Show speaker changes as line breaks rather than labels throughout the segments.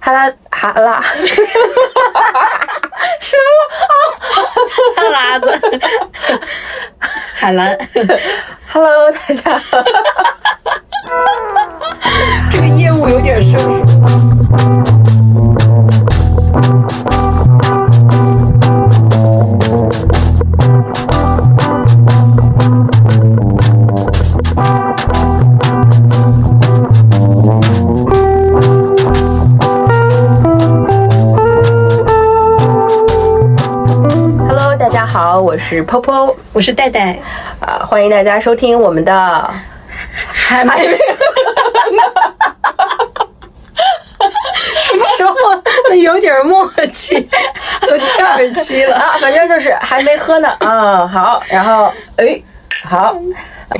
哈拉哈 拉，哦什
哈喇子，海兰，
么？Hello，大家好。
这个业务有点生疏。
Hello，大家好，我是 Popo，
我是戴戴，
啊、欢迎大家收听我们的。
还没什么时候那有点默 契，都第二期了。
啊，反正就是还没喝呢。啊，好，然后哎，好，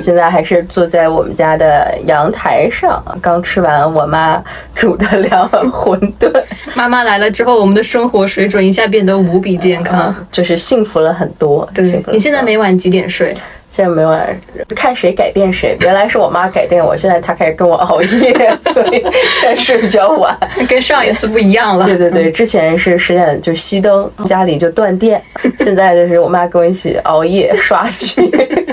现在还是坐在我们家的阳台上，刚吃完我妈煮的两碗馄 饨，
妈妈来了之后，我们的生活水准一下变得无比健康。
就是幸福了很多。幸
对
福了
你现在
很多
每晚几点睡？
现在没晚，看谁改变谁。原来是我妈改变我，现在她开始跟我熬夜， 所以现在睡比较晚。
跟上一次不一 样了。
对对对，之前是十点就熄灯，
嗯
家里就断 电，现在就是我妈跟我一起熬夜刷剧。啊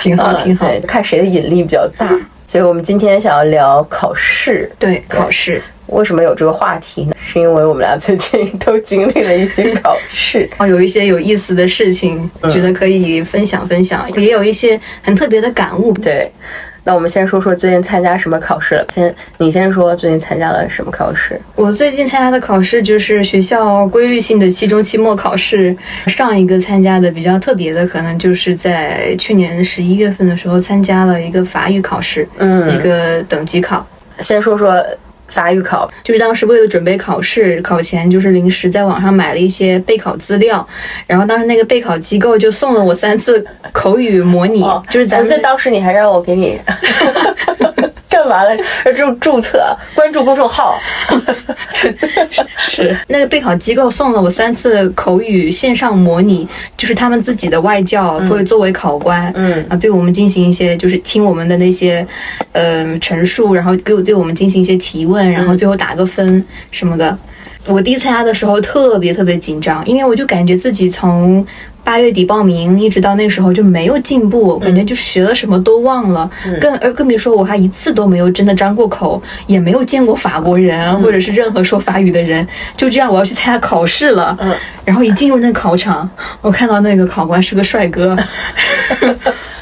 挺好，嗯挺好。
对，看谁的引力比较大。所以我们今天想要聊考试，
对，考试。
为什么有这个话题呢？是因为我们俩最近都经历了一些考 试。
哦，有一些有意思的事情，觉得可以分享分享，也有一些很特别的感悟。
对，那我们先说说最近参加什么考试了。先，你先说最近参加了什么考试？
我最近参加的考试就是学校规律性的期中、期末考试。上一个参加的比较特别的，可能就是在去年十一月份的时候参加了一个法语考试，
嗯
一个等级考。
先说说法语考，
就是当时为了准备考试，考前就是临时在网上买了一些备考资料，然后当时那个备考机构就送了我三次口语模拟，就是咱
咱哦
们
在当时你还让我给 你干嘛了？就注册关注公众 号， 是
那个备考机构送了我三次口语线上模拟，就是他们自己的外教会作为考官，
嗯
啊，对我们进行一些就是听我们的那些，呃，陈述，然后给我对我们进行一些提
嗯
问，然后最后打个分什么的。我第一次参加的时候特别特别紧张，因为我就感觉自己从八月底报名一直到那时候就没有进步，感觉
嗯
就学了什么都忘了，更呃更别说我还一次都没有真的张过口，也没有见过法国人、
嗯
或者是任何说法语的人，就这样我要去参加考试了。
嗯
然后一进入那考场，我看到那个考官是个帅哥，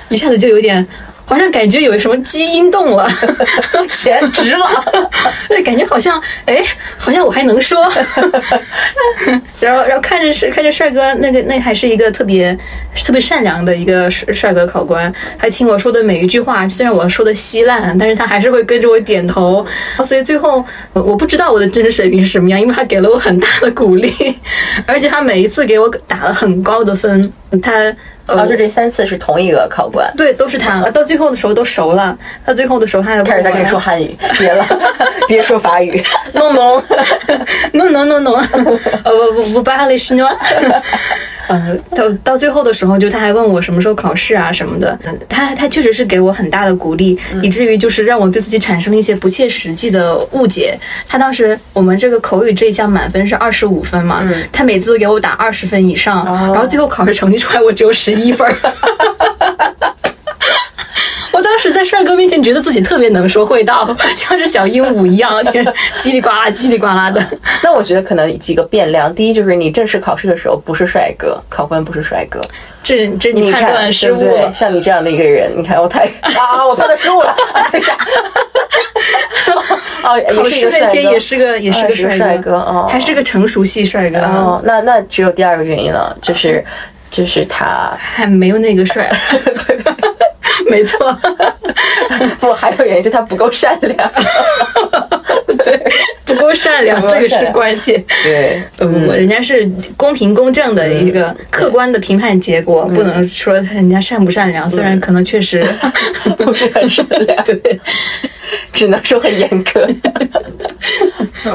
一下子就有点。好像感觉有什么基因动了，
钱值了。
对，感觉好像，哎，好像我还能说。然后，然后看着是看着帅哥，那个那还是一个特别特别善良的一个帅帅哥考官，还听我说的每一句话，虽然我说的稀烂，但是他还是会跟着我点头。所以最后，呃我不知道我的真实水平是什么样，因为他给了我很大的鼓励，而且他每一次给我打了很高的分。他
哦，
呃
就，这三次是同一个考官，
对，都是他。呃到最后的时候都熟了，到最后的时候他还
嗯开始他跟你说汉语，别了， 别说法语， 弄弄。
no no no no，呃 不不不巴黎是吗？呃，到到最后的时候，就他还问我什么时候考试啊什么的，嗯他他确实是给我很大的鼓励，以至于就是让我对自己产生了一些不切实际的误解。他当时我们这个口语这一项满分是二十五分嘛，他每次给我打二十分以上，然后最后考试成绩出来我只有十一分儿。 我当时在帅哥面前觉得自己特别能说会道，像是小鹦鹉一样，天叽里呱啦叽里呱啦的。
那我觉得可能几个变量，第一就是你正式考试的时候不是帅哥，考官不是帅哥，
这这你
你
判
看
断失
对
误
不对？
了，
像你这样的一个人，你看我 太啊，我判断失误了，啊等一下。哦，也
考
是一
试
个帅
那
哥，
天也是个也是
啊
个
是个
帅
帅哥哦
还是个成熟系帅哥，啊
哦，那那只有第二个原因了，就是就是 他
还没有那个帅。 没错，
不还有原因，就是他不够善良。
不够善良，
不够
这个
善
是
良嗯
关键。
对，
呃，我人家是公平公正的一个
嗯
客观的评判结果，不能说人家善不善良，虽
嗯
然可能 确实
不是很善良，
对
只能说很严格。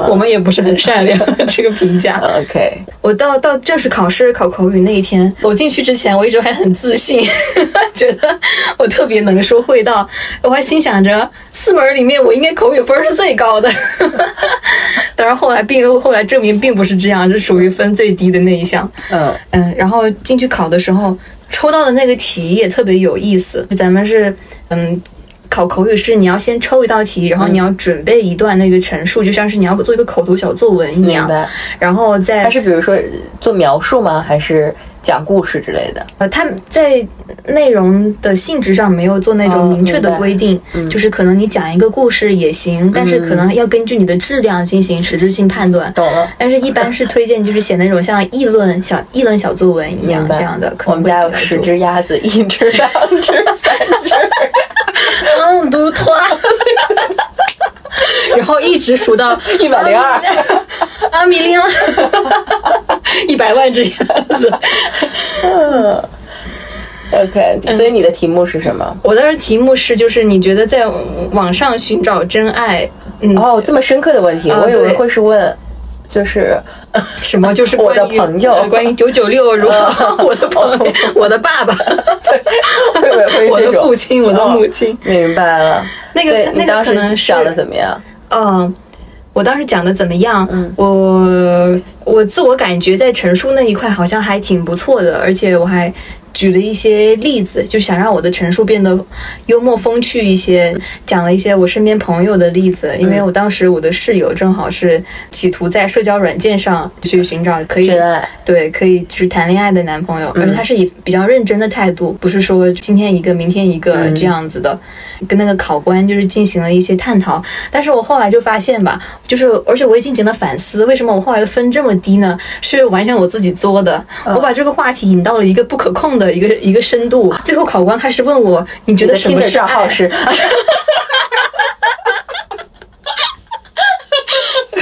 我们也不是很善良 这个评价。
OK，
我到到正式考试考口语那一天，我进去之前我一直还很自信， 觉得我特别能说会道，我还心想着四门里面我应该口语分儿是最高的， 当然后来并后来证明并不是这样，是属于分最低的那一项。
嗯，
嗯，然后进去考的时候抽到的那个题也特别有意思，咱们是嗯。考口语是你要先抽一道题，然后
嗯
你要准备一段那个陈述，就像是你要做一个口头小作文一
明
样，
白。
然后再
它是比如说做描述吗？还是讲故事之类的？
呃，他在内容的性质上没有做那
哦
种明确的
明白嗯
规定，就是可能你讲一个故事也行，但是可能要根据你的质量进行实质性判断。
懂了。
但是，一般是推荐就是写那种像议论小议论小作文一样
明白
这样的，可
我
能
们
会
家有
比较
十
多。
只鸭子，一 只、两只、三只，
嗯，读团， 然后一直数到
一百零二。
阿米令， 一百万只鸭子。嗯
OK，所以你的题目是什么？
我当时题目是就是你觉得在网上寻找真爱，嗯，
哦，这么深刻的问题，
啊
我以为
对
会是问，就是
什么？就是
我的
关于
朋友
呃关于九九六如何？ 我的朋友，我的爸爸，
我以为会
我
是这
的父
种。
亲，我的母亲。
明白了，
哦那个
所以
那
你
个
当
可能
时
是
想的怎么样？
嗯，我当时讲的怎么样？我我自我感觉在陈述那一块好像还挺不错的，而且我还。举了一些例子，就想让我的陈述变得幽默风趣一些，讲了一些我身边朋友的例子，因为我当时我的室友正好是企图在社交软件上去寻找可以
真爱，
对，可以就是谈恋爱的男朋友，而且他是以比较认真的态度，不是说今天一个明天一个这样子的，跟那个考官就是进行了一些探讨。但是我后来就发现吧，就是而且我也进行了反思，为什么我后来的分这么低呢？是完全我自己作的，我把这个话题引到了一个不可控的一个一个深度。最后考官开始问我，嗯你觉
你
得
的
什么
Tinder
是
账号
爱？
是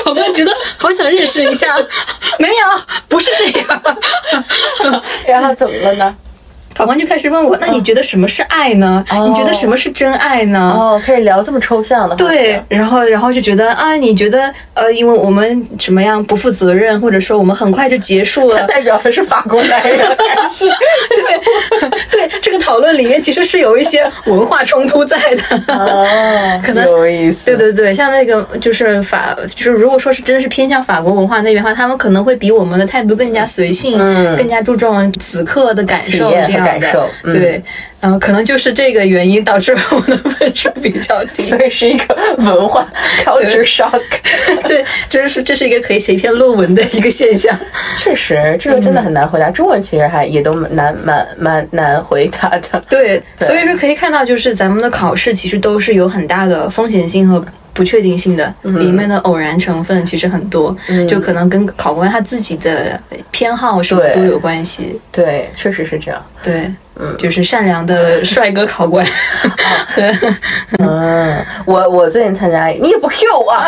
考官觉得好想认识一 下，没有，不是这样。
然后怎么了呢？
考官就开始问我，那你觉得什么是爱呢？
嗯哦
你觉得什么是真爱 呢？
哦，开始聊这么抽象的话题了，啊
对，然后然后就觉得啊，你觉得呃，因为我们什么样不负责任，或者说我们很快就结束
他
了，
代表的是法国男人，是
对对，这个讨论里面其实是有一些文化冲突在的。
哦，
可能
有意思，
对对对，像那个就是法，就是如果说是真的是偏向法国文化那边的话，他们可能会比我们的态度更加随性，
嗯
更加注重此刻的感受
体验和
这样的。
感受嗯
对，嗯、可能就是这个原因导致我的分数比较低。
所以是一个文化 culture shock，
对，这是这是一个可以写一篇论文的一个现 象。
确实，这个真的很难回答。中文其实还也都蛮难蛮蛮难回答的。
对，
对
所以说可以看到，就是咱们的考试其实都是有很大的风险性和不确定性的，
嗯
里面的偶然成分其实很多，就可能跟考官他自己的偏好什么
对
都有关系。
对，确实是这样。
对，就是善良的帅哥考官， 哦
嗯，我我最近参加，你也不 Q 我，啊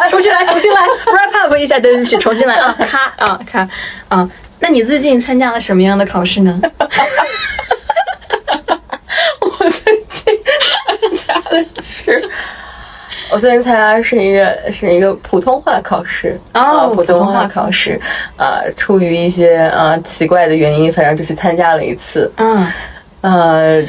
哎重 新来，重新来，wrap up 一下，对不起，重新来啊，咔啊咔啊。那你最近参加了什么样的考试 呢？
我最近参加的是。 我最近参加的是一个是一个普通话考试
哦
啊普
普通
通
话
话
考
考试，啊，出于一些啊奇怪的原因，反正就去参加了一次。
嗯，
呃，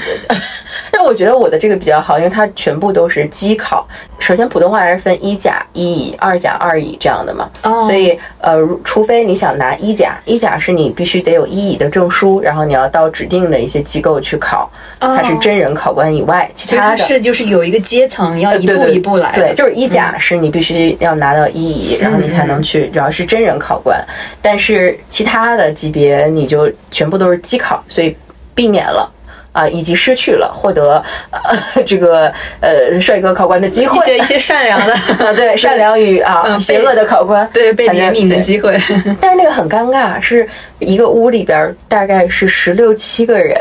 但我觉得我的这个比较好，因为它全部都是机考。首先，普通话还是分一甲一乙、二甲二乙这样的嘛，
哦
所以呃，如除非你想拿一甲，一甲是你必须得有一乙的证书，然后你要到指定的一些机构去考，
哦
它是真人考官以外，其
所以
他的。
它是就是有一个阶层，要一呃步一步来的。嗯
对，就是一甲是你必须要拿到一乙，然后你才能去，主要是真人考官。但是其他的级别你就全部都是机考，所以避免了。啊，以及失去了获得、呃、这个呃帅哥考官的机
一
会
些一些善良的，
啊， 对，善良与啊
嗯
邪
被
恶的考官，
对被
反正
怜悯的
对
机会。
但是那个很尴尬，是一个屋里边儿大概是十六七个人，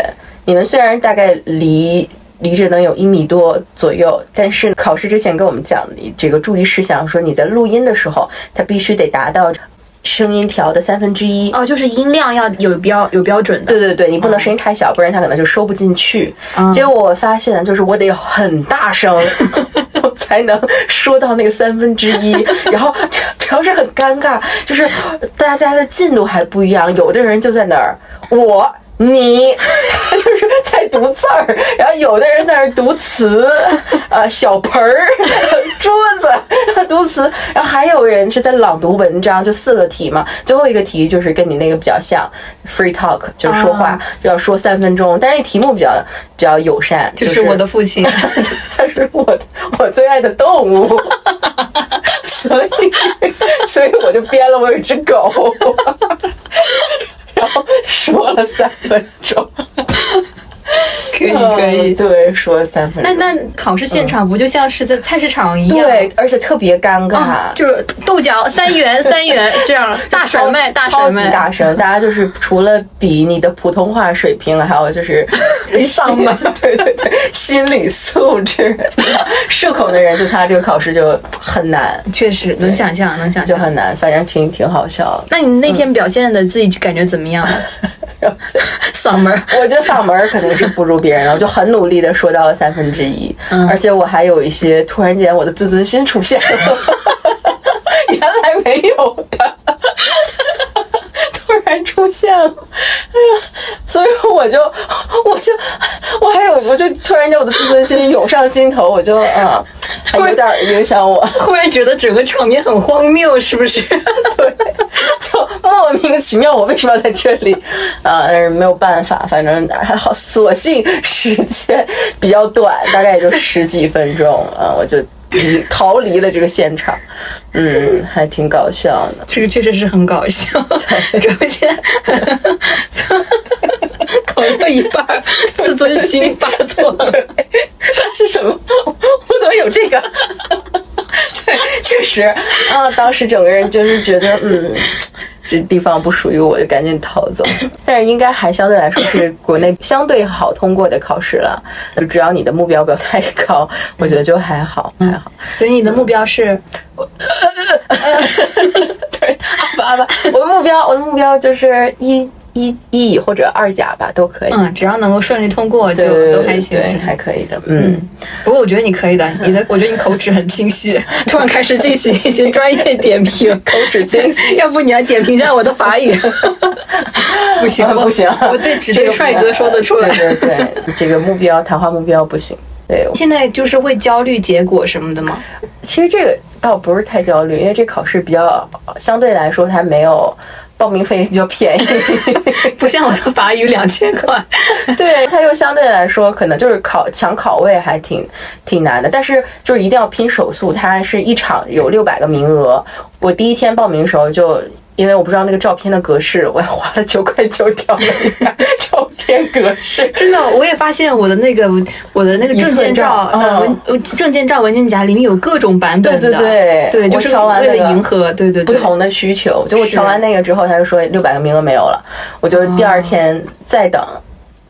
你们虽然大概离。离着能有一米多左右，但是考试之前跟我们讲的这个注意事项，说你在录音的时候，它必须得达到声音调的三分之一。
哦，就是音量要有标有标准的。
对对对，你不能声音太小，不然它可能就收不进去。
嗯
结果我发现，就是我得很大 声，我才能说到那个三分之 一。然后主主要是很尴尬，就是大家的进度还不一样，有的人就在那儿，我你，就是在读字儿，然后有的人在那儿读词，呃，小盆儿、桌子读词，然后还有人是在朗读文章，就四个题嘛，最后一个题就是跟你那个比较像，free talk 就是说
啊
话、要说三分钟，但是那题目比较比较友善，
就
就是
我的父亲。
它是我的我最爱的动物，所以所以我就编了我有一只狗， 然后说了三分钟，
可以
嗯，对，说了三分
那
钟，
那考试现场不就像是在菜市场一样？
对，而且特别尴尬。
啊，就是豆角三元三元这 样大甩卖大甩
超级
卖，
大声，大家就是除了比你的普通话水平，还有就是
上班，
对对对，心理素质，社恐的人就他这个考试就很难，
确实能想象，能想
就
象。
很难，反正挺挺好笑的。
那你那天表现的自己感觉怎么样？嗯 嗓门儿
我觉得嗓门儿肯定是不如别人了，我就很努力的说到了三分之一，而且我还有一些突然间我的自尊心出现了， 原来没有的，突然出现了，哎呀，所以我就我就我还有我就突然间我的自尊心涌上心头，我就啊，还有点影响我，
忽然觉得整个场面很荒谬，是不是？
就莫名其妙，我为什么要在这里？啊，但是没有办法，反正还好，所幸时间比较短，大概也就十几分钟啊，我就离逃离了这个现场。嗯，还挺搞笑的。
这个确实是很搞笑，首先 搞到一半儿，自尊心发作 了。
是什么？我怎么有这个？ 对，确实啊，当时整个人就是觉得，嗯，这地方不属于我，就赶紧逃 走。但是应该还相对来说是国内相对好通过的考试了，就只要你的目标不要太高，
嗯
我觉得就还好，还好。
所以你的目标是
对，阿巴阿巴，我的目标，我的目标就是一一一乙或者二甲吧，都可以。
嗯，只要能够顺利通过
对
就都还行。
对，还可以的，嗯，
不过我觉得你可以 的，你的我觉得你口齿很清晰。突然开始进行一些专业点评，口齿
清
晰， 要不你来点评一下我的法语？ 不行，
啊
我
不行，
我对只
这
对
个
帅
不
哥说得出来。
对对对，这个目标谈话目标不行。对，
现在就是会焦虑结果什么的吗？
其实这个倒不是太焦虑，因为这考试比较相对来说它没有报名费比较便宜，
不像我的法语两千块，
对，它又相对来说可能就是考抢考位还挺挺难的，但是就是一定要拼手速，它是一场有六百个名额，我第一天报名的时候就。因为我不知道那个照片的格式，我还花了九块九调了一下 照片格式。
真的，我也发现我的那个我的那个证
一
件照，
寸照
呃，文呃证件照文件夹里面有各种版本的，
对对对
对，就
我
是
调完
为了
那个
迎合，对对
不
对，
同的需求。就我
是
调完那个之后，他就说六百个名额没有了，我就第二天再等。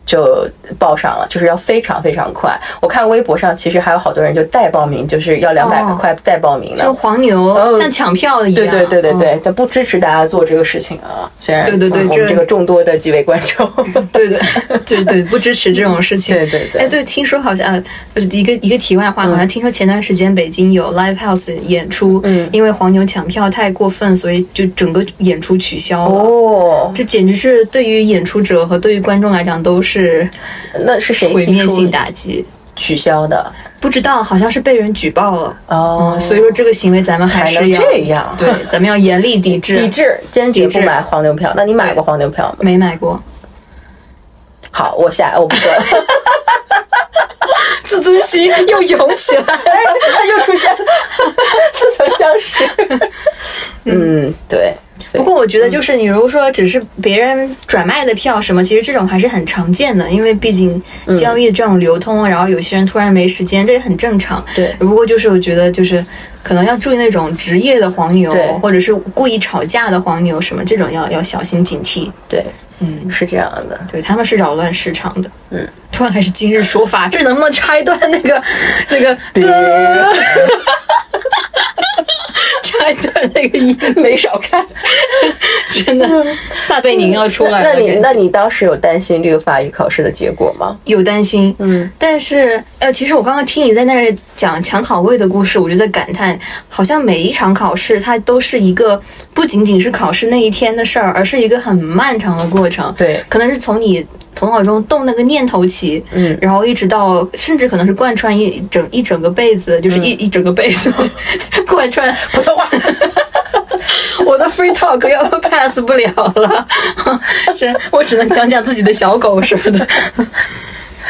就报上了，就是要非常非常快。我看微博上其实还有好多人就代报名，就是要两百
哦
个快代报名的。
就黄牛、
哦
像抢票一样，
对对对对
嗯
对，但不支持大家做这个事情啊。虽然
对对对
我们我
这
们这个众多的几位观 众，
对对 对对，不支持这种事情。
对对对
哎， 对，嗯听说好像呃，就是一个一个题外话，好像听说前段时间北京有 live house 演出，
嗯
因为黄牛抢票太过分，所以就整个演出取消了。
哦，
这简直是对于演出者和对于观众来讲都是
那是谁
毁
提
灭
出
性打击。
取消的？
不知道，好像是被人举报了，嗯
哦，
所以说这个行为咱们还
还
是
能
要
这样，
对，咱们要严厉抵 制。
抵制，坚决
啊抵
不
制
买黄牛票。那你买过黄牛票吗？
没买过，
好，我下我不说了。
自尊心又涌起来。
哎，又出现了，似曾相识。嗯，对。所
不
以
过我觉得，就是你如果说只是别人转卖的票什么，其实这种还是很常见的，因为毕竟
嗯
交易这种流通，然后有些人突然没时间，这也很正常。
对
不过就是我觉得，就是可能要注意那种职业的黄牛
对，
或者是故意吵架的黄牛什么，这种要要小心警惕。
对，
嗯，
是这样的。
对，他们是扰乱市场的。嗯，突然开始今日说法，这能不能拆断那 个那个呃 拆断那个音？
没少看。
真的，撒贝哎宁要出
嗯
来
那
了。
你
感觉
那你当时有担心这个法语考试的结果吗？
有担心，嗯，但是呃，其实我刚刚听你在那儿讲抢考位的故事，我就在感叹，好像每一场考试它都是一个不仅仅是考试那一天的事儿，而是一个很漫长的过程。
对
可能是从你头脑中动那个念头起，
嗯，
然后一直到甚至可能是贯穿一整一整个辈子，就是一、一整个辈子 贯穿。
普通话。
我的 free talk 要 pass 不了了， 这我只能讲讲自己的小狗什么的。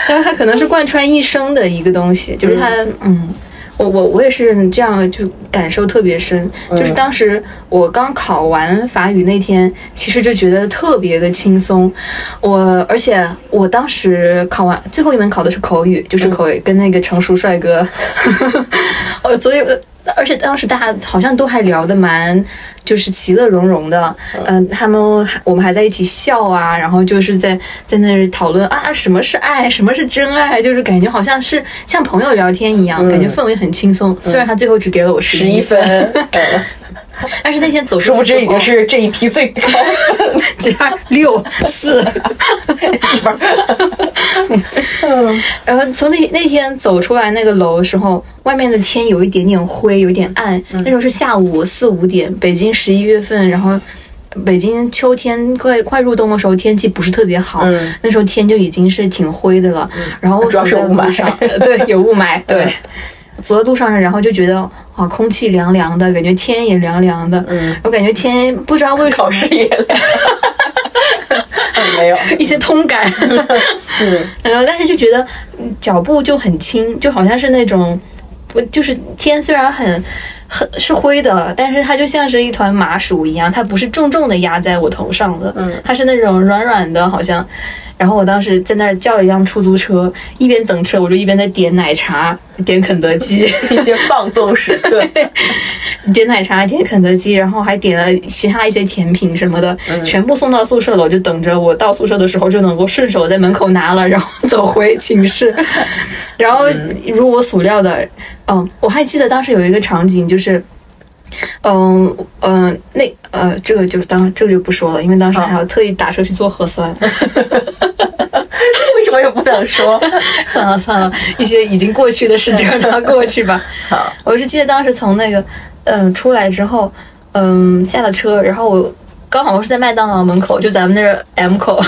但是它可能是贯穿一生的一个东西，就是它，嗯，我我我也是这样，就感受特别深。就是当时我刚考完法语那天，其实就觉得特别的轻松。我而且我当时考完最后一门考的是口语，就是口语、跟那个成熟帅哥， 哦，所以。而且当时大家好像都还聊得蛮，就是其乐融融的，嗯、他们还我们还在一起笑啊，然后就是在在那儿讨论啊，什么是爱，什么是真爱，就是感觉好像是像朋友聊天一样，感觉氛围很轻松。虽然他最后只给了我
十
十
一
一
分
分，，
嗯
但是那天走出
殊不
去
知已
之后
经是这一批最高分的
只要六四。
地方。
然后从那那天走出来那个楼的时候，外面的天有一点点灰，有一点暗。那时候是下午四五点，北京十一月份，然后北京秋天快快入冬的时候，天气不是特别好，
嗯
那时候天就已经是挺灰的了。然后
主要是
走在
雾霾
路上 对，有 雾霾，对
嗯。
走在路上，然后就觉得啊，空气凉凉的，感觉天也凉凉的。
嗯，
我感觉天不知道为什么
考试也 来了嗯没有，
一些通感。
嗯
然后但是就觉得嗯脚步就很轻，就好像是那种，不就是天虽然很很是灰的，但是它就像是一团麻薯一样，它不是重重的压在我头上的，
嗯，
它是那种软软的，好像。然后我当时在那儿叫了一辆出租车，一边等车，我就一边在点奶茶、点肯德基、
一些放纵时刻。
点奶茶、点肯德基，然后还点了其他一些甜品什么的，
嗯
全部送到宿舍了。我就等着我到宿舍的时候就能够顺手在门口拿了，然后走回寝室。然后如我所料的，嗯，我还记得当时有一个场景就是。嗯嗯，那呃，这个就当这个就不说了，因为当时还要特意打车去做核 酸。
为什么又不能说？
算了算了，一些已经过去的事就让它过去吧。
好，
我是记得当时从那个，嗯，出来之后，嗯，下了车，然后我刚好我是在麦当劳门口，就咱们那儿 M 口，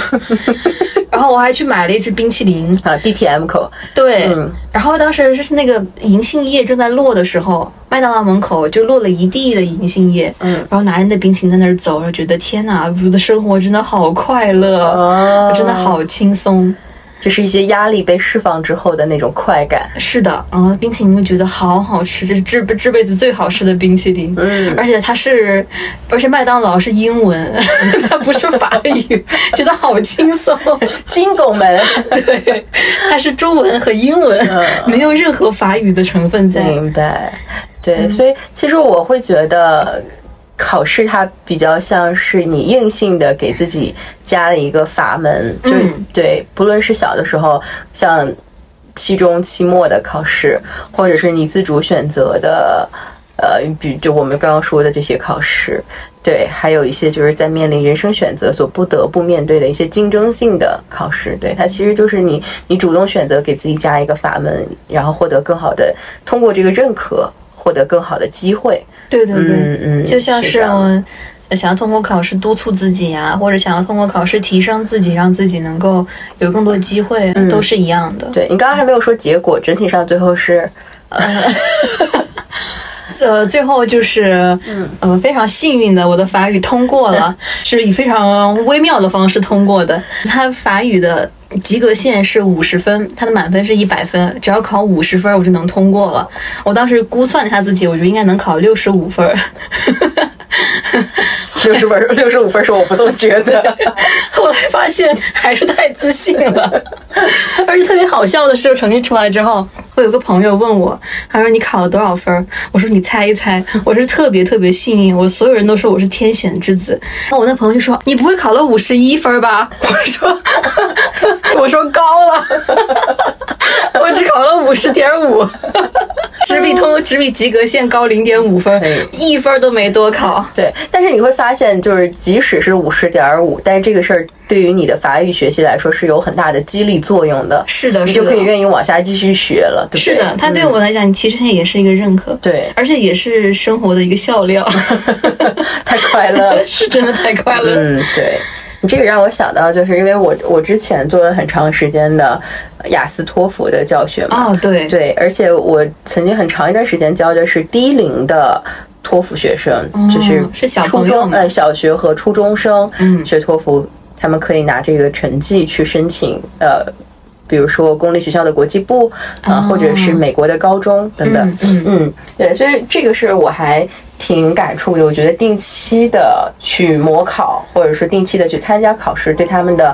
然后我还去买了一支冰淇淋，
好，地铁 M 口，
对，
嗯
然后当时是那个银杏叶正在落的时候，麦当劳门口就落了一地的银杏叶，
嗯，
然后拿着那冰淇淋在那儿走，然后觉得天呐，我的生活真的好快乐，
哦
真的，好轻松。
就是一些压力被释放之后的那种快感。
是的，然后冰淇淋就觉得好好吃，这是这这辈子最好吃的冰淇淋。
嗯，
而且它是，而且麦当劳是英文， 它不是法语，觉得好 轻松。
金拱 门，
对，它是中文和英文，
嗯
没有任何法语的成分在。
明白。对，所以其实我会觉得。考试它比较像是你硬性的给自己加了一个阀门，就、
嗯
对，不论是小的时候，像期中、期末的考试，或者是你自主选择的，呃，比就我们刚刚说的这些考试，对，还有一些就是在面临人生选择所不得不面对的一些竞争性的考试，对，它其实就是你你主动选择给自己加一个阀门，然后获得更好的通过这个认可，获得更好的机会，
对对对，
嗯嗯，
就像
是
是
这样的
嗯想要通过考试督促自己啊，或者想要通过考试提升自己，让自己能够有更多机会，
嗯
都是一样的。
对你刚刚还没有说结果，整体上最后 是
呃，最后就是，呃，非常幸运的，我的法语通过了，是以非常微妙的方式通过的。它法语的及格线是五十分，它的满分是一百分，只要考五十分我就能通过了。我当时估算了一下自己，我觉得应该能考六十五分儿。
六十分，六十五分，说我不这么觉 得。
后来发现还是太自信了， 而且特别好笑的是，成绩出来之后，我有个朋友问我，他说你考了多少分儿？我说你猜一猜。我是特别特别幸运，我所有人都说我是天选之子。然后我那朋友就说你不会考了五十一分儿吧？ 我说我说高了， 我只考了五十点五， 只比通只比及格线高零点五分
哎
儿，一分儿都没多考。
对，但是你会发现，就是即使是五十点五，但是这个事儿对于你的法语学习来说是有很大的激励作用的，
是的，
你
是
就
的
可以愿意往下继续学了，对不对？嗯
是的，他对我来讲，其实也是一个认可，
对，
而且也是生活的一个笑料，
太快乐了。
是真的太快乐了。
嗯，对。你这个让我想到，就是因为我我之前做了很长时间的雅思托福的教学嘛，
哦，对，
对，而且我曾经很长一段时间教的是低龄的托福学生，就是
哦是嗯小
初
朋友嗯
中
吗
呃小学和初中生
嗯
学托福，他们可以拿这个成绩去申请呃，比如说公立学校的国际部啊、呃
哦
或者是美国的高中等等。
嗯嗯
嗯，对，所以这个是我还挺感触的。我觉得定期的去模考，或者说定期的去参加考试，对他们的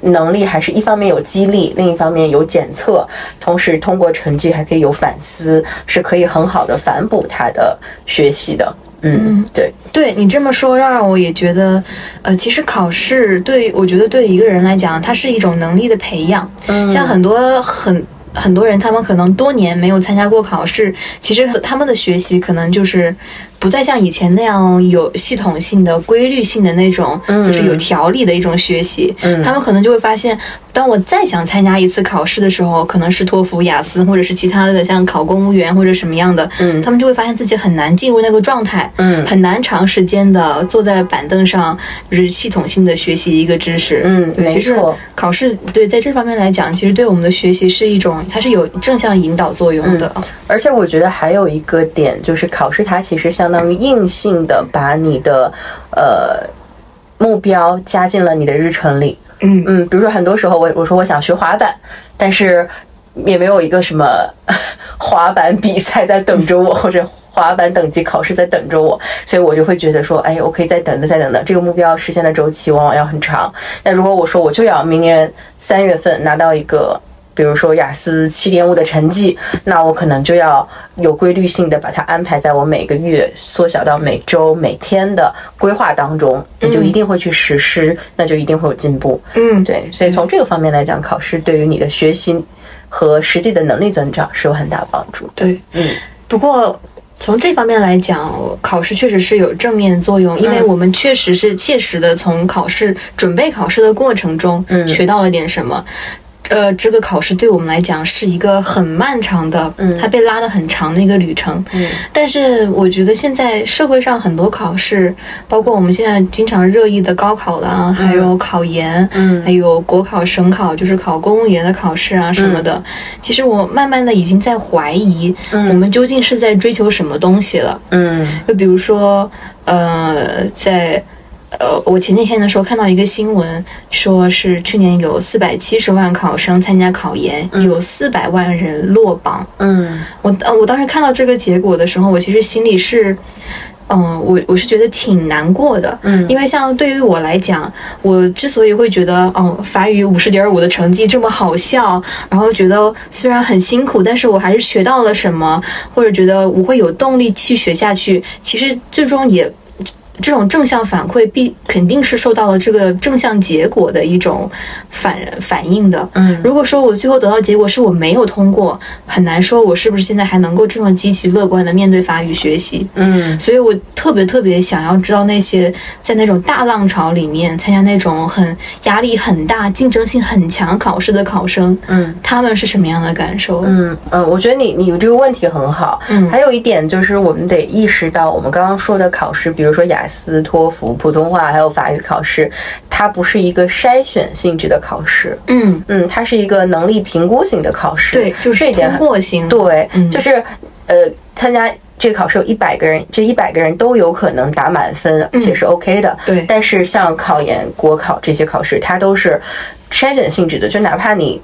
能力还是一方面有激励，另一方面有检测，同时通过成绩还可以有反思，是可以很好的反哺他的学习的。嗯，对，
对你这么说，让我也觉得，呃，其实考试对我觉得对一个人来讲，它是一种能力的培养。
嗯
像很多很很多人，他们可能多年没有参加过考试，其实他们的学习可能就是不再像以前那样有系统性的、规律性的那种，就是有条理的一种学习。
嗯
他们可能就会发现，当我再想参加一次考试的时候，可能是托福、雅思，或者是其他的像考公务员或者什么样的，
嗯
他们就会发现自己很难进入那个状态。
嗯
很难长时间的坐在板凳上，就是系统性的学习一个知识。
嗯
对，
没
其实
错
考试对在这方面来讲，其实对我们的学习是一种，它是有正向引导作用的。
而且我觉得还有一个点就是，考试它其实相当于硬性的把你的呃目标加进了你的日程里。
嗯
嗯，比如说很多时候我我说我想学滑板，但是也没有一个什么 滑板比赛在等着我，或者滑板等级考试在等着我，所以我就会觉得说，哎，我可以再等等再等等，这个目标实现的周期往往要很长。那如果我说我就要明年三月份拿到一个。比如说雅思七点五的成绩，那我可能就要有规律性的把它安排在我每个月缩小到每周、每天的规划当中，你就一定会去实施，那就一定会有进步。
嗯，
对，所以从这个方面来讲，考试对于你的学习和实际的能力增长是有很大帮助。
对，
嗯，
不过。从这方面来讲，考试确实是有正面作用，
嗯
因为我们确实是切实的从考试准备考试的过程中
嗯
学到了点什么。呃，这个考试对我们来讲是一个很漫长的，
嗯
它被拉得很长的一个旅程。
嗯
但是我觉得现在社会上很多考试，包括我们现在经常热议的高考啦，还有考研，
嗯
还有国考、省考，就是考公务员的考试啊什么的。其实我慢慢的已经在怀疑，我们究竟是在追求什么东西了。
嗯
就比如说，呃，在。呃，我前几天的时候看到一个新闻，说是去年有四百七十万考生参加考研，有四百万人落榜。
嗯
我呃我当时看到这个结果的时候，我其实心里是，嗯、我我是觉得挺难过的，
嗯
因为像对于我来讲，我之所以会觉得，哦、法语五十点五的成绩这么好笑，然后觉得虽然很辛苦，但是我还是学到了什么，或者觉得我会有动力继续学下去，其实最终也。这种正向反馈必肯定是受到了这个正向结果的一种反反应的，
嗯
如果说我最后得到结果是我没有通过，很难说我是不是现在还能够这么积极乐观的面对法语学习。
嗯
所以我特别特别想要知道那些在那种大浪潮里面参加那种很压力很大、竞争性很强考试的考生，
嗯，
他们是什么样的感受？
嗯嗯，我觉得你你这个问题很好。
嗯
还有一点就是，我们得意识到，我们刚刚说的考试，比如说雅思、托福、普通话还有法语考试，它不是一个筛选性质的考试，
嗯，
嗯，它是一个能力评估型的考试。
对，就
这
是
一点
通
很
过型。
对，
嗯
就是呃，参加这个考试有一百个人，这一百个人都有可能打满分，且是 OK 的。
嗯对
但是像考研、国考这些考试，它都是筛选性质的，就哪怕你。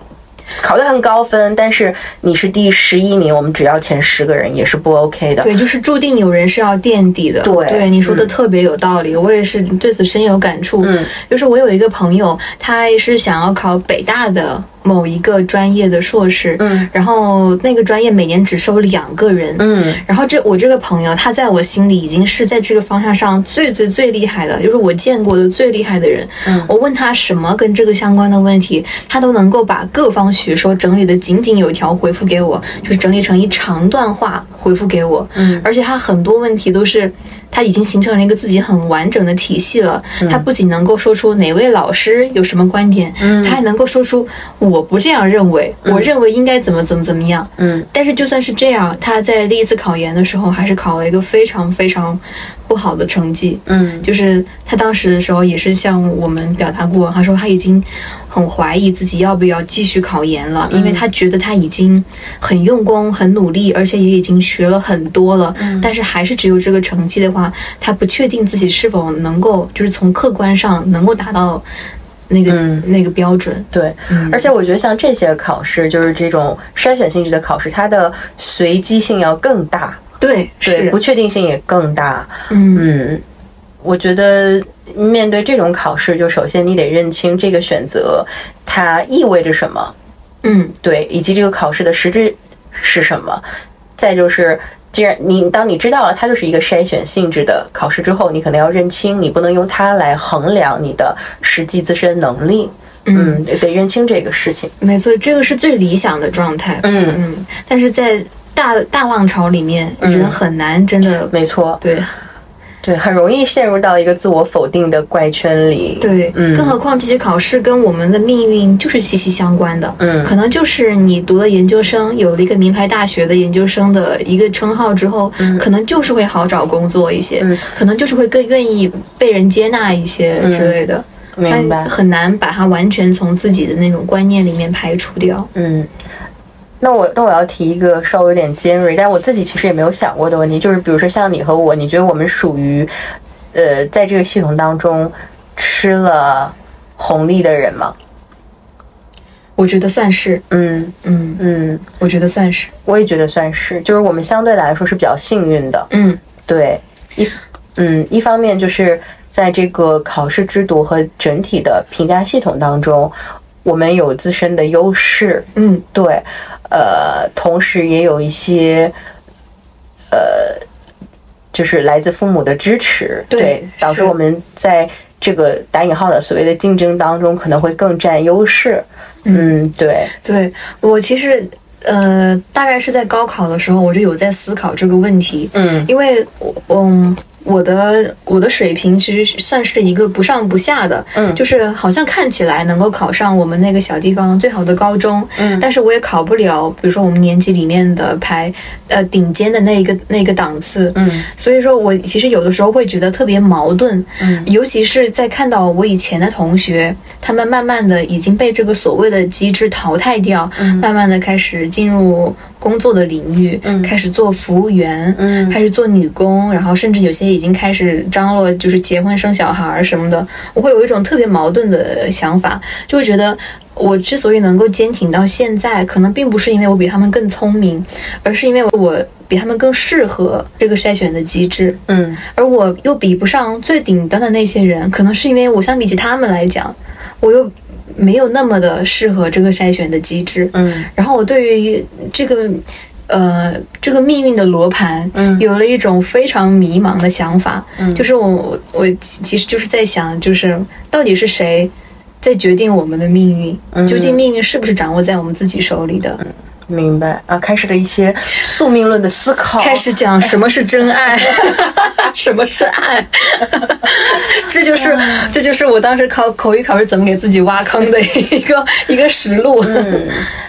考得很高分，但是你是第十一名，我们只要前十个人也是不 OK 的。
对，就是注定有人是要垫底的。
对
你说的特别有道理，我也是对此深有感触。
嗯，
就是我有一个朋友，他是想要考北大的某一个专业的硕士，
嗯，
然后那个专业每年只收两个人，
嗯
然后这我这个朋友，他在我心里已经是在这个方向上最最最厉害的，就是我见过的最厉害的人。
嗯
我问他什么跟这个相关的问题，他都能够把各方学说整理的井井有条，回复给我，就是整理成一长段话回复给我。
嗯
而且他很多问题都是他已经形成了一个自己很完整
嗯
的
嗯
体系了。他不仅能够说出哪位老师有什么观点，他还能够说出我我不这样认为，我认为应该怎么怎么怎么样。
嗯，
但是就算是这样，他在第一次考研的时候还是考了一个非常非常不好的成绩。
嗯，
就是他当时的时候也是向我们表达过，他说他已经很怀疑自己要不要继续考研了，
嗯
因为他觉得他已经很用功、很努力，而且也已经学了很多了，
嗯
但是还是只有这个成绩的话，他不确定自己是否能够，就是从客观上能够达到那个、
嗯
那个标准。
对，
嗯
而且我觉得像这些考试，就是这种筛选性质的考试，它的随机性要更大，
对，
对，
是
不，确定性也更大。
嗯
嗯，我觉得面对这种考试，就首先你得认清这个选择它意味着什么，
嗯
对，以及这个考试的实质是什么。再就是，既然你当你知道了它就是一个筛选性质的考试之后，你可能要认清，你不能用它来衡量你的实际自身能力。
嗯，
嗯，得得认清这个事情。
没错，这个是最理想的状态。
嗯，
嗯，但是在大大浪潮里面，
嗯
人很难真的、
没错，
对。
对，很容易陷入到一个自我否定的怪圈里。，
对，
嗯
更何况这些考试跟我们的命运就是息息相关的。
嗯
可能就是你读了研究生，有了一个名牌大学的研究生的一个称号之后，可能就是会好找工作一些，
嗯
可能就是会更愿意被人接纳一些之类的。
嗯明白
但。很难把它完全从自己的那种观念里面排除掉。
嗯，那我那我要提一个稍微有点尖锐，但我自己其实也没有想过的问题，就是比如说像你和我，你觉得我们属于呃在这个系统当中吃了红利的人吗？
我觉得算是，
嗯
嗯，
嗯，
我觉得算是，
我也觉得算是，就是我们相对来说是比较幸运的。
嗯
对，一嗯，一方面就是在这个考试制度和整体的评价系统当中，我们有自身的优势，
嗯
对，呃，同时也有一些，呃，就是来自父母的支持，
对
导致
是
我们在这个打引号的所谓的竞争当中，可能会更占优势。嗯，对，
对我其实，呃，大概是在高考的时候，我就有在思考这个问题，
嗯
因为我，嗯，我的我的水平其实算是一个不上不下的，
嗯
就是好像看起来能够考上我们那个小地方最好的高中，
嗯
但是我也考不了，比如说我们年级里面的排，呃，顶尖的那一个那个档次，
嗯
所以说我其实有的时候会觉得特别矛盾，
嗯
尤其是在看到我以前的同学，他们慢慢的已经被这个所谓的机制淘汰掉，
嗯
慢慢的开始进入工作的领域，
嗯
开始做服务员。
嗯
开始做女工，然后甚至有些已经开始张罗，就是结婚生小孩儿什么的。我会有一种特别矛盾的想法，就会觉得我之所以能够坚挺到现在，可能并不是因为我比他们更聪明，而是因为我比他们更适合这个筛选的机制。
嗯
而我又比不上最顶端的那些人，可能是因为我相比起他们来讲，我又没有那么的适合这个筛选的机制。
嗯
然后我对于这个，呃，这个命运的罗盘，
嗯
有了一种非常迷茫的想法。
嗯
就是我我我其其实就是在想，就是到底是谁在决定我们的命运？
嗯
究竟命运是不是掌握在我们自己手里的？
明白啊，开始了一些宿命论的思考，
开始讲什么是真爱， 什么是爱， 这就是这就是我当时考口语考试怎么给自己挖坑的一个一个实录。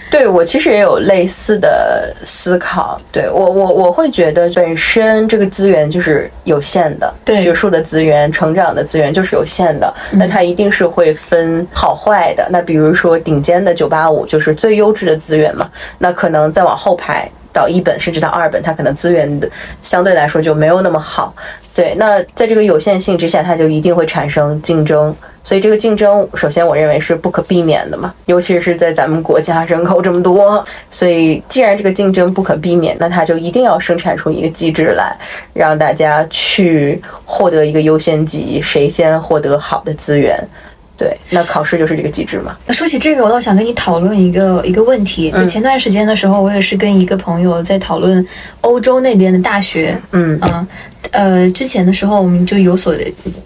对我其实也有类似的思考，对我我我会觉得本身这个资源就是有限的，
对
学术的资源、成长的资源就是有限的，那它一定是会分好坏的。那比如说顶尖的九八五就是最优质的资源嘛，那可能再往后排到一本甚至到二本，它可能资源的相对来说就没有那么好。对，那在这个有限性之下，它就一定会产生竞争。所以这个竞争，首先我认为是不可避免的嘛，尤其是在咱们国家人口这么多，所以既然这个竞争不可避免，那它就一定要生产出一个机制来，让大家去获得一个优先级，谁先获得好的资源。对，那考试就是这个机制嘛。
那说起这个，我倒想跟你讨论一个一个问题。就前段时间的时候，我也是跟一个朋友在讨论欧洲那边的大学。
嗯
啊呃，之前的时候我们就有所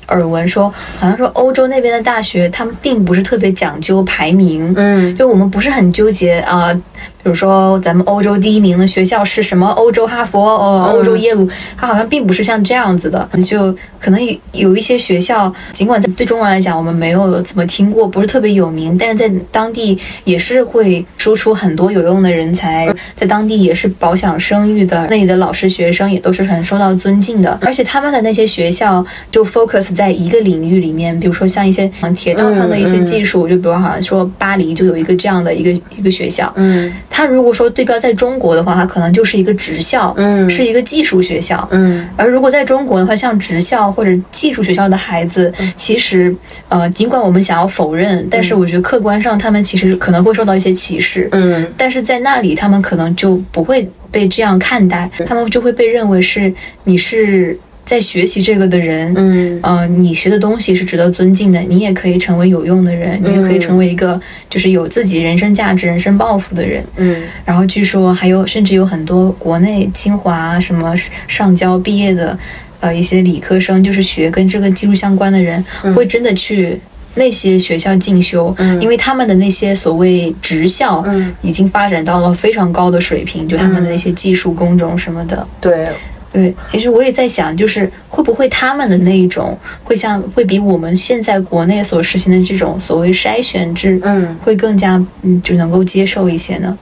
耳闻说，好像说欧洲那边的大学，他们并不是特别讲究排名。
嗯
就我们不是很纠结啊、呃比如说咱们欧洲第一名的学校是什么？欧洲哈佛、哦，欧洲耶鲁，它好像并不是像这样子的，就可能有一些学校，尽管在对中文来讲我们没有怎么听过，不是特别有名，但是在当地也是会输出很多有用的人才，在当地也是饱享声誉的。那里的老师、学生也都是很受到尊敬的，而且他们的那些学校就 focus 在一个领域里面，比如说像一些嗯铁道上的一些技术，就比如好像说巴黎就有一个这样的一个一个学校，
嗯
它如果说对标在中国的话，它可能就是一个职校，
嗯
是一个技术学校。
嗯
而如果在中国的话，像职校或者技术学校的孩子，
嗯
其实呃，尽管我们想要否认，但是我觉得客观上他们其实可能会受到一些歧视。
嗯
但是在那里，他们可能就不会被这样看待，他们就会被认为是你是在学习这个的人，
嗯
呃，你学的东西是值得尊敬的，你也可以成为有用的人，你也
嗯
可以成为一个就是有自己人生价值、人生抱负的人。
嗯
然后据说还有，甚至有很多国内清华啊什么上交毕业的，呃，一些理科生，就是学跟这个技术相关的人，会真的去那些学校进修，因为他们的那些所谓职校，
嗯
已经发展到了非常高的水平，就他们的那些技术工种什么的。
对，
对，其实我也在想，就是会不会他们的那一种会像会比我们现在国内所实行的这种所谓筛选制，
嗯。
会更加嗯就能够接受一些呢？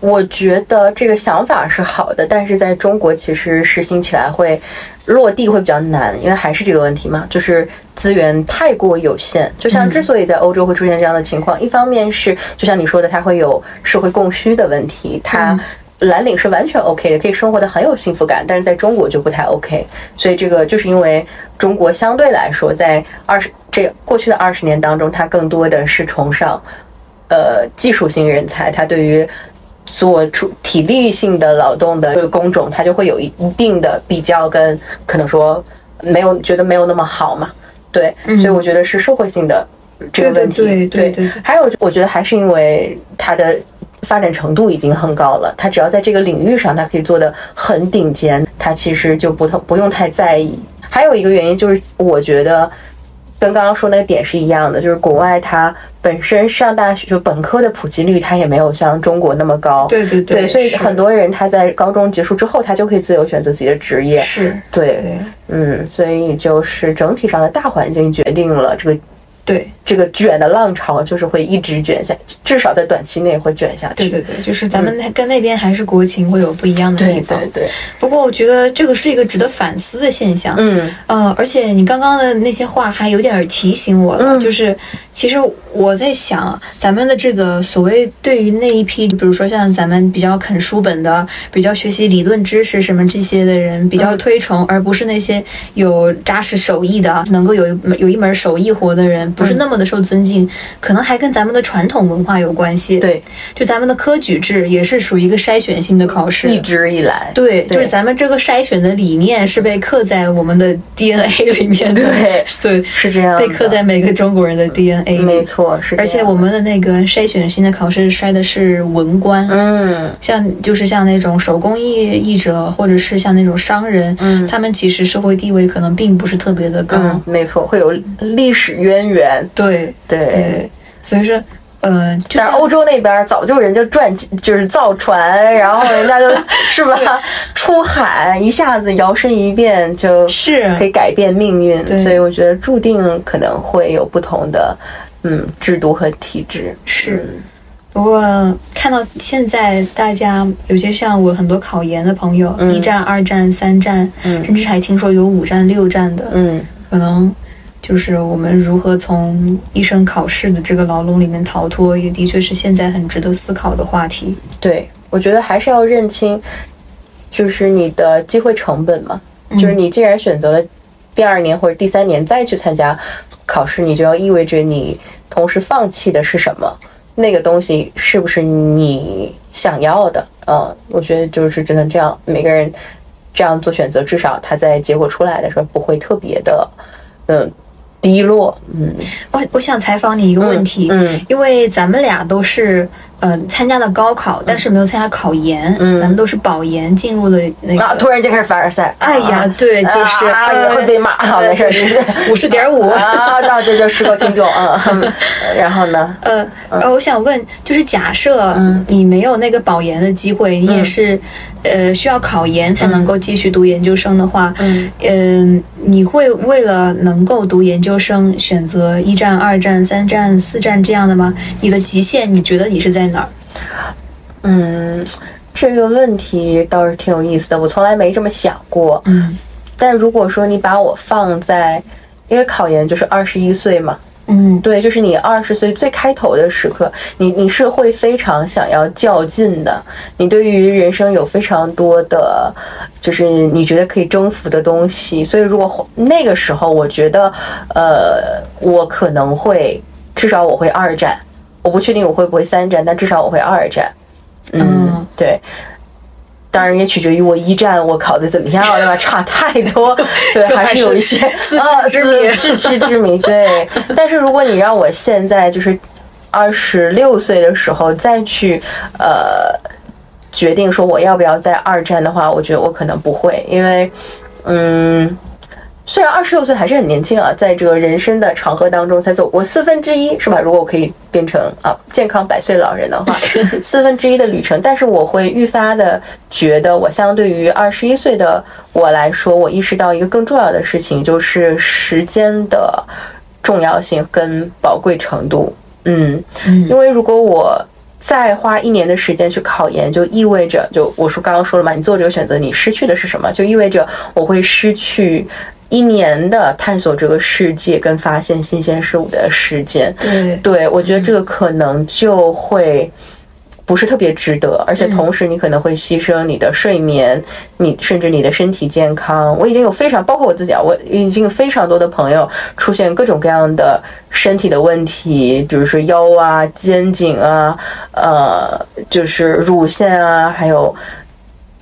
我觉得这个想法是好的，但是在中国其实实行起来会落地会比较难，因为还是这个问题嘛，就是资源太过有限。就像之所以在欧洲会出现这样的情况，一方面是就像你说的，它会有社会供需的问题，它
嗯
蓝领是完全 OK 的，可以生活的很有幸福感，但是在中国就不太 OK。所以这个就是因为中国相对来说在二十这过去的二十年当中，它更多的是崇尚。呃，技术型人才，他对于做出体力性的劳动的工种，它就会有一定的比较跟可能说没有觉得没有那么好嘛，对，所以我觉得是社会性的这个问题，
嗯对对对对对
还有我觉得还是因为它的。发展程度已经很高了，它只要在这个领域上，它可以做的很顶尖，它其实就不太不用太在意。还有一个原因就是，我觉得跟刚刚说那个点是一样的，就是国外它本身上大学就本科的普及率，它也没有像中国那么高。
对对
对，所以
是
很多人他在高中结束之后，他就可以自由选择自己的职业。
是
对，
对
嗯，所以就是整体上的大环境决定了这个
对
这个卷的浪潮，就是会一直卷下去，至少在短期内会卷下
对
去。
对对，就是咱们跟那边还是国情会有不一样的地
对
方。
嗯对对，
不过我觉得这个是一个值得反思的现象。
嗯
呃，而且你刚刚的那些话还有点儿提醒我了，
嗯
就是其实我在想，咱们的这个所谓对于那一批，比如说像咱们比较啃书本的、比较学习理论知识什么这些的人，比
嗯
较推崇，而不是那些有扎实手艺的、能够有一门有一门手艺活的人，不是
嗯
那么的受尊敬，可能还跟咱们的传统文化有关系。，
对，
就咱们的科举制也是属于一个筛选性的考试，
一直以来，
对，
对
就是咱们这个筛选的理念是被刻在我们的 DNA 里面的，
对
对，
是这样的，嗯
被刻在每个中国人的 DNA
没
里。
错，是这样的。
而且我们的那个筛选性的考试筛的是文官，
嗯
像就是像那种手工艺艺者，或者是像那种商人，
嗯
他们其实社会地位可能并不是特别的高。
嗯，没错，会有历史渊源。
对
对，
对，所以说，呃，就
但是
像
欧洲那边早就人家赚起，就是造船，然后人 家就是吧，出海一下子摇身一变就是可以改变命运，
啊对
所以我觉得注定可能会有不同的嗯制度和体制。
是。不过看到现在，大家有些像我很多考研的朋友，一战、二战、三战，
嗯
甚至还听说有五战、六战的，
嗯
可能就是我们如何从医生考试的这个牢笼里面逃脱，也的确是现在很值得思考的话题。
对，我觉得还是要认清，就是你的机会成本嘛，
嗯
就是你既然选择了第二年或者第三年再去参加考试，你就要意味着你同时放弃的是什么，那个东西是不是你想要的？嗯，我觉得就是真的这样，每个人这样做选择，至少他在结果出来的时候不会特别的，嗯。低落。嗯，
我我想采访你一个问题，
嗯
因为咱们俩都是呃参加了高考，但是没有参加考研，嗯、咱们都是保研进入了那个。
啊，突然间开始凡尔赛。
哎呀
啊，
对，就是哎
啊，也会被骂啊，没事儿，就是
五十点 五。
啊，那这就适合听众啊。嗯然后呢？
呃，呃，我想问，就是假设
嗯
你没有那个保研的机会，你也是，呃，需要考研才能够继续读研究生的话， 嗯，你会为了能够读研究生，选择一战、二战、三战、四战这样的吗？你的极限，你觉得你是在哪儿？
嗯，这个问题倒是挺有意思的，我从来没这么想过。
嗯
但如果说你把我放在，因为考研就是二十一岁嘛，
嗯
对，就是你二十岁最开头的时刻，你你是会非常想要较劲的，你对于人生有非常多的，就是你觉得可以征服的东西。所以如果那个时候，我觉得，呃，我可能会，至少我会二战，我不确定我会不会三战，但至少我会二战。嗯
嗯，
对。当然也取决于我一战我考的怎么样，对吧？差太 多，对，
就
还
还
是
是
有一些
自知
啊
之明
自知之明。对，但是如果你让我现在就是二十六岁的时候再去呃决定说我要不要在二战的话，我觉得我可能不会，因为嗯。虽然二十六岁还是很年轻啊，在这个人生的长河当中才走过四分之一，是吧？如果我可以变成啊健康百岁老人的话，四分之一的旅程，但是我会愈发的觉得，我相对于二十一岁的我来说，我意识到一个更重要的事情，就是时间的重要性跟宝贵程度。嗯，
嗯
因为如果我再花一年的时间去考研，就意味着，就我说刚刚说了嘛，你做这个选择，你失去的是什么？就意味着我会失去一年的探索这个世界跟发现新鲜事物的时间。
嗯对，
对，我觉得这个可能就会不是特别值得，而
嗯
且同时你可能会牺牲你的睡眠，你甚至你的身体健康。我已经有非常，包括我自己啊，我已经有非常多的朋友出现各种各样的身体的问题，比如说腰啊、肩颈啊，呃，就是乳腺啊，还有。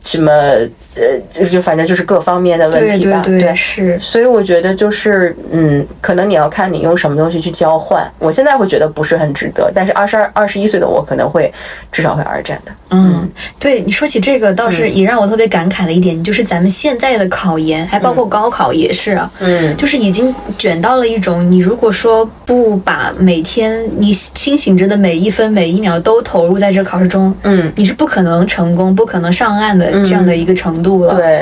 什么呃，就就反正就是各方面的问
对
题吧，
对对，是，
所以我觉得就是，嗯，可能你要看你用什么东西去交换。我现在会觉得不是很值得，但是二十二、二十一岁的我可能会至少会二战的。
嗯，对你说起这个，倒
嗯
是也让我特别感慨的一点，就是咱们现在的考研，还包括高考也是啊，
嗯，
就是已经卷到了一种，你如果说不把每天你清醒着的每一分每一秒都投入在这考试中，
嗯，
你是不可能成功、不可能上岸的这样的一个程度了。
对，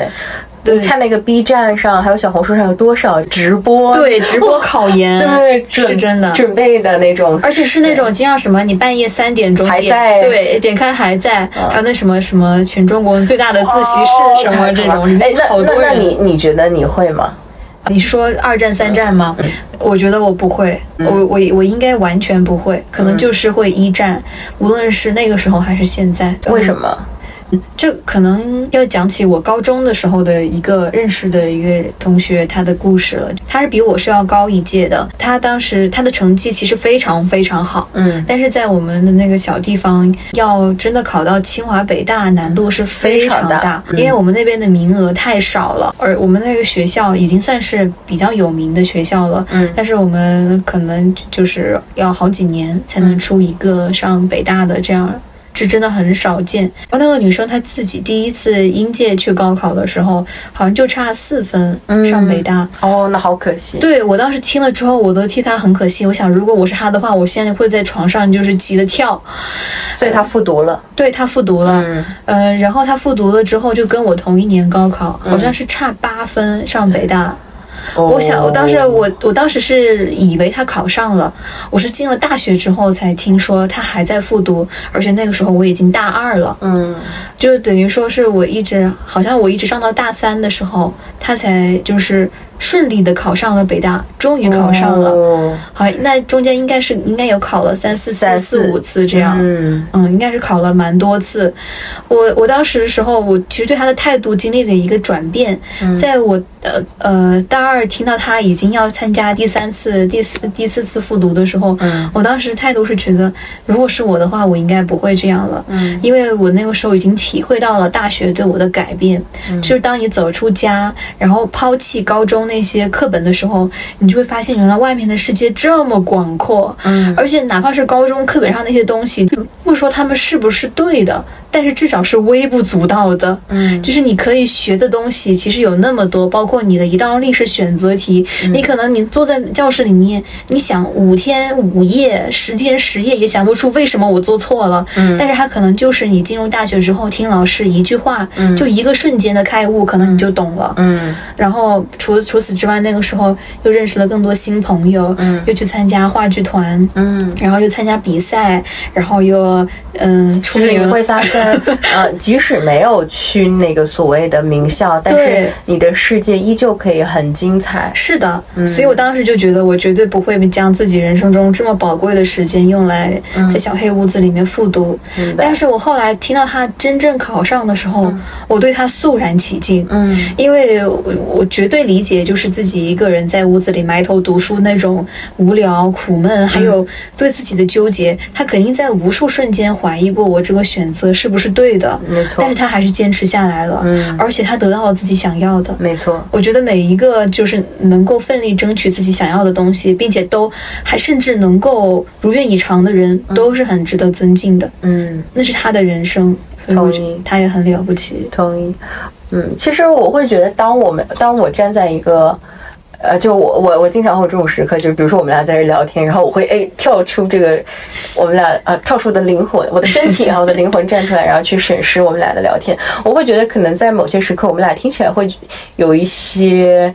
对
你看那个 B 站上还有小红书上有多少直播？
对，直播考 研，
对，
是
准
真的。
准备的那种。
而且是那种经常什么，你半夜三点钟
还
点
在嗯
对点开还在，还有那什么什么全中国最大的自习
哦
室什么这
太好
种，
了
里
哎
面，
那
好
那
多
那
人。
你你觉得你会吗？
你是说二战、三战吗？
嗯
我觉得我不会，我我我应该完全不会，可
嗯
能就是会一战，无论是那个时候还是现在。
为什
么？
么？
这可能要讲起我高中的时候的一个认识的一个同学他的故事了。他是比我是要高一届的，他当时他的成绩其实非常非常好，
嗯，
但是在我们的那个小地方，要真的考到清华北大难度是非常
非常大嗯
因为我们那边的名额太少了，而我们那个学校已经算是比较有名的学校了，
嗯
但是我们可能就是要好几年才能出一个上北大的这样。这真的很少见。然后那个女生她自己第一次应届去高考的时候，好像就差四分上北大，
哦，那好可惜。
对我当时听了之后，我都替他很可惜。我想，如果我是他的话，我现在会在床上就是急得跳。
所以他复读了。
对他复读了，
嗯，
呃，然后他复读了之后，就跟我同一年高考，好像是差八分上北大。我想，我当时
哦
我我当时是以为他考上了，我是进了大学之后才听说他还在复读，而且那个时候我已经大二了，
嗯
就等于说是我一直好像我一直上到大三的时候，他才就是顺利的考上了北大，终于考上了。
哦
好，那中间应该是应该有考了三四次、
三四
四五次这样。
嗯
嗯，应该是考了蛮多次。我我当时的时候，我其实对他的态度经历了一个转变。
嗯
在我呃呃大二听到他已经要参加第三次、第四第四次复读的时候，
嗯
我当时态度是觉得，如果是我的话，我应该不会这样了。
嗯
因为我那个时候已经体会到了大学对我的改变，就是当你走出家，然后抛弃高中中那些课本的时候，你就会发现原来外面的世界这么广阔。
嗯，
而且哪怕是高中课本上那些东西，不说他们是不是对的，但是至少是微不足道的。
嗯
就是你可以学的东西其实有那么多，包括你的一道历史选择题，
嗯
你可能你坐在教室里面，你想五天五夜、十天十夜也想不出为什么我做错了。
嗯
但是它可能就是你进入大学之后，听老师一句话，
嗯
就一个瞬间的开悟，可能你就懂了。
嗯
然后除除此之外，那个时候又认识了更多新朋友，
嗯
又去参加话剧团，
嗯，
然后又参加比赛，然后又嗯出
就是
名
你会发现，呃，即使没有去那个所谓的名校，但是
对
你的世界依旧可以很精彩。
是的，
嗯
所以我当时就觉得，我绝对不会将自己人生中这么宝贵的时间用来
嗯
在小黑屋子里面复读。
明白
但是我后来听到他真正考上的时候，我对他肃然起敬。
嗯
因为我我绝对理解，就是自己一个人在屋子里埋头读书那种无聊、苦闷，还
嗯
有对自己的纠结。他肯定在无数瞬间怀疑过我这个选择是不是对的，
没错
但是他还是坚持下来了，
嗯
而且他得到了自己想要的。
没错，
我觉得每一个就是能够奋力争取自己想要的东西，并且都还甚至能够如愿以偿的人，都是很值得尊敬的。
嗯。
那是他的人生，所以我觉
同意
得他也很了不起。
同意。嗯，其实我会觉得，当我们当我站在一个，呃，就我我我经常会有这种时刻，就是比如说我们俩在这聊天，然后我会哎跳出这个，我们俩呃跳出我的灵魂，我的身体啊然后我的灵魂站出来，然后去审视我们俩的聊天。我会觉得，可能在某些时刻，我们俩听起来会有一些，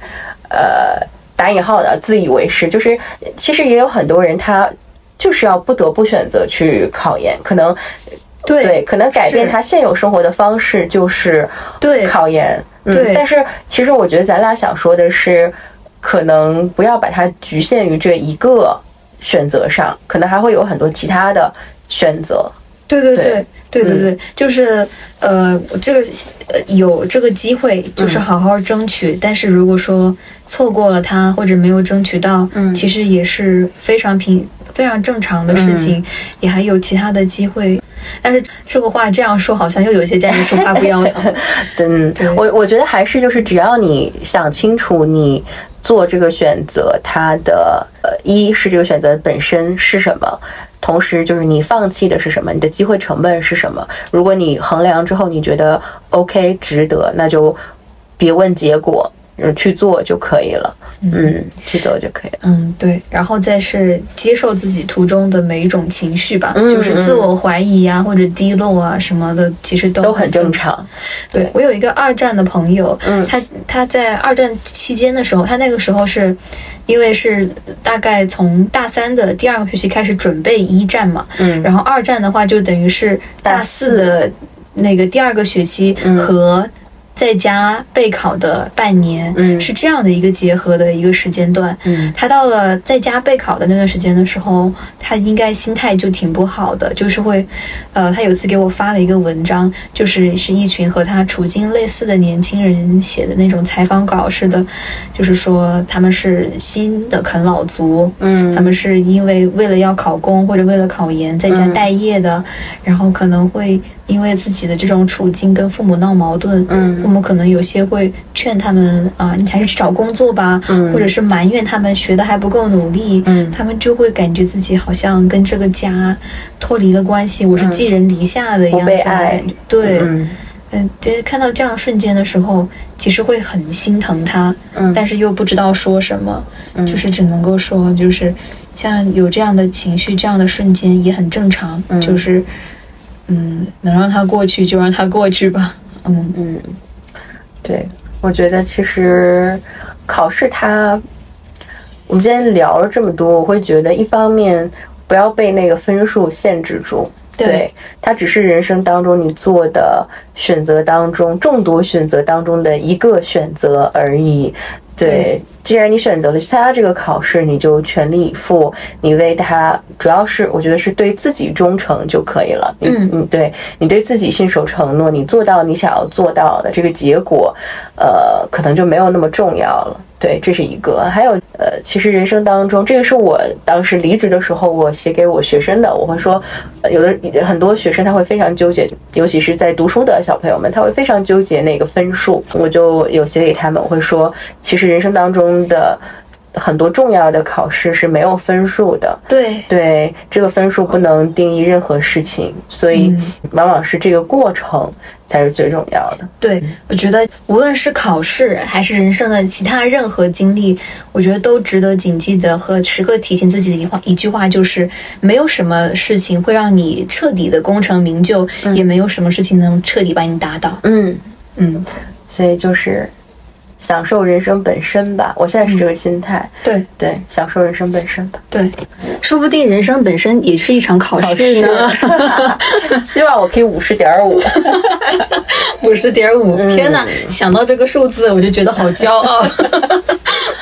呃。打引号的自以为是，就是其实也有很多人他就是要不得不选择去考研，可能
对
对，可能改变
是
他现有生活的方式就是
对
考研。嗯
对
但是其实我觉得咱俩想说的是，可能不要把它局限于这一个选择上，可能还会有很多其他的选择。
对对
对嗯
对对对对，就是呃，这个呃有这个机会，
嗯
就是好好争取。但是如果说错过了它，或者没有争取到，
嗯
其实也是非常平、非常正常的事情，也还有其他的机会。但是这个话这样说，好像又有些站着说话不腰 疼。
嗯
对，
我我觉得还是就是只要你想清楚你。做这个选择，它的呃，一是这个选择本身是什么，同时就是你放弃的是什么，你的机会成本是什么。如果你衡量之后你觉得 OK 值得，那就别问结果，嗯，去做就可以了。嗯，去做就可以了。
嗯，对，然后再是接受自己途中的每一种情绪吧，
嗯
就是自我怀疑啊，或者低落啊什么的，其实都
都
很
很正。常，
对我有一个二战的朋友，
嗯
他他在二战期间的时候，他那个时候是因为是大概从大三的第二个学期开始准备一战嘛，
嗯
然后二战的话就等于是
大
大
四嗯
四的那个第二个学期和在家备考的半年，
嗯
是这样的一个结合的一个时间段。
嗯
他到了在家备考的那段时间的时候，他应该心态就挺不好的，就是会，呃，他有一次给我发了一个文章，就是是一群和他处境类似的年轻人写的那种采访稿似的，就是说他们是新的啃老族，
嗯
他们是因为为了要考公或者为了考研在家待业
嗯
的，然后可能会因为自己的这种处境跟父母闹矛盾，
嗯
父母可能有些会劝他们啊、你还是去找工作吧，
嗯
或者是埋怨他们学的还不够努力，
嗯
他们就会感觉自己好像跟这个家脱离了关系，我是寄人篱下的一
嗯
样
不被
这种
爱
感觉，对，
嗯
嗯，就是看到这样瞬间的时候，其实会很心疼他，
嗯
但是又不知道说什么，
嗯
就是只能够说，就是像有这样的情绪、这样的瞬间也很正常，
嗯
就是嗯，能让他过去就让他过去吧，嗯，
嗯，对，我觉得其实考试它，我们今天聊了这么多，我会觉得一方面不要被那个分数限制住，
对
它只是人生当中你做的选择当中众多选择当中的一个选择而已。对
对，
既然你选择了去参加这个考试，你就全力以赴，你为它，主要是我觉得是对自己忠诚就可以了。你
嗯
嗯，对你对自己信守承诺，你做到你想要做到的这个结果，呃，可能就没有那么重要了。对，这是一个。还有，呃，其实人生当中，这个是我当时离职的时候，我写给我学生的。我会说，呃有的很多学生他会非常纠结，尤其是在读书的小朋友们，他会非常纠结那个分数。我就有写给他们，我会说，其实就是人生当中的很多重要的考试是没有分数的，
对，
对，这个分数不能定义任何事情，所以往往是这个过程才是最重要的。
对，我觉得无论是考试还是人生的其他任何经历，我觉得都值得谨记的和时刻提醒自己的一话一句话就是：没有什么事情会让你彻底的功成名就，也没有什么事情能彻底把你打倒。
嗯，
嗯，
所以就是享受人生本身吧。我现在是这个心态，
对
对，享受人生本身吧。
对，说不定人生本身也是一场考试呢。
希望我可以五十点五。
五十点五，天哪！想到这个数字，我就觉得好骄 傲。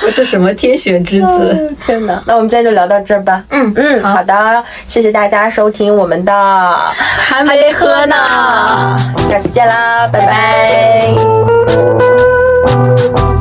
我是什么天选之子？
嗯天哪！那我们今天就聊到这儿吧。
嗯
嗯，好的，谢谢大家收听我们的，
还
还
没喝呢。
下期见啦，拜拜
拜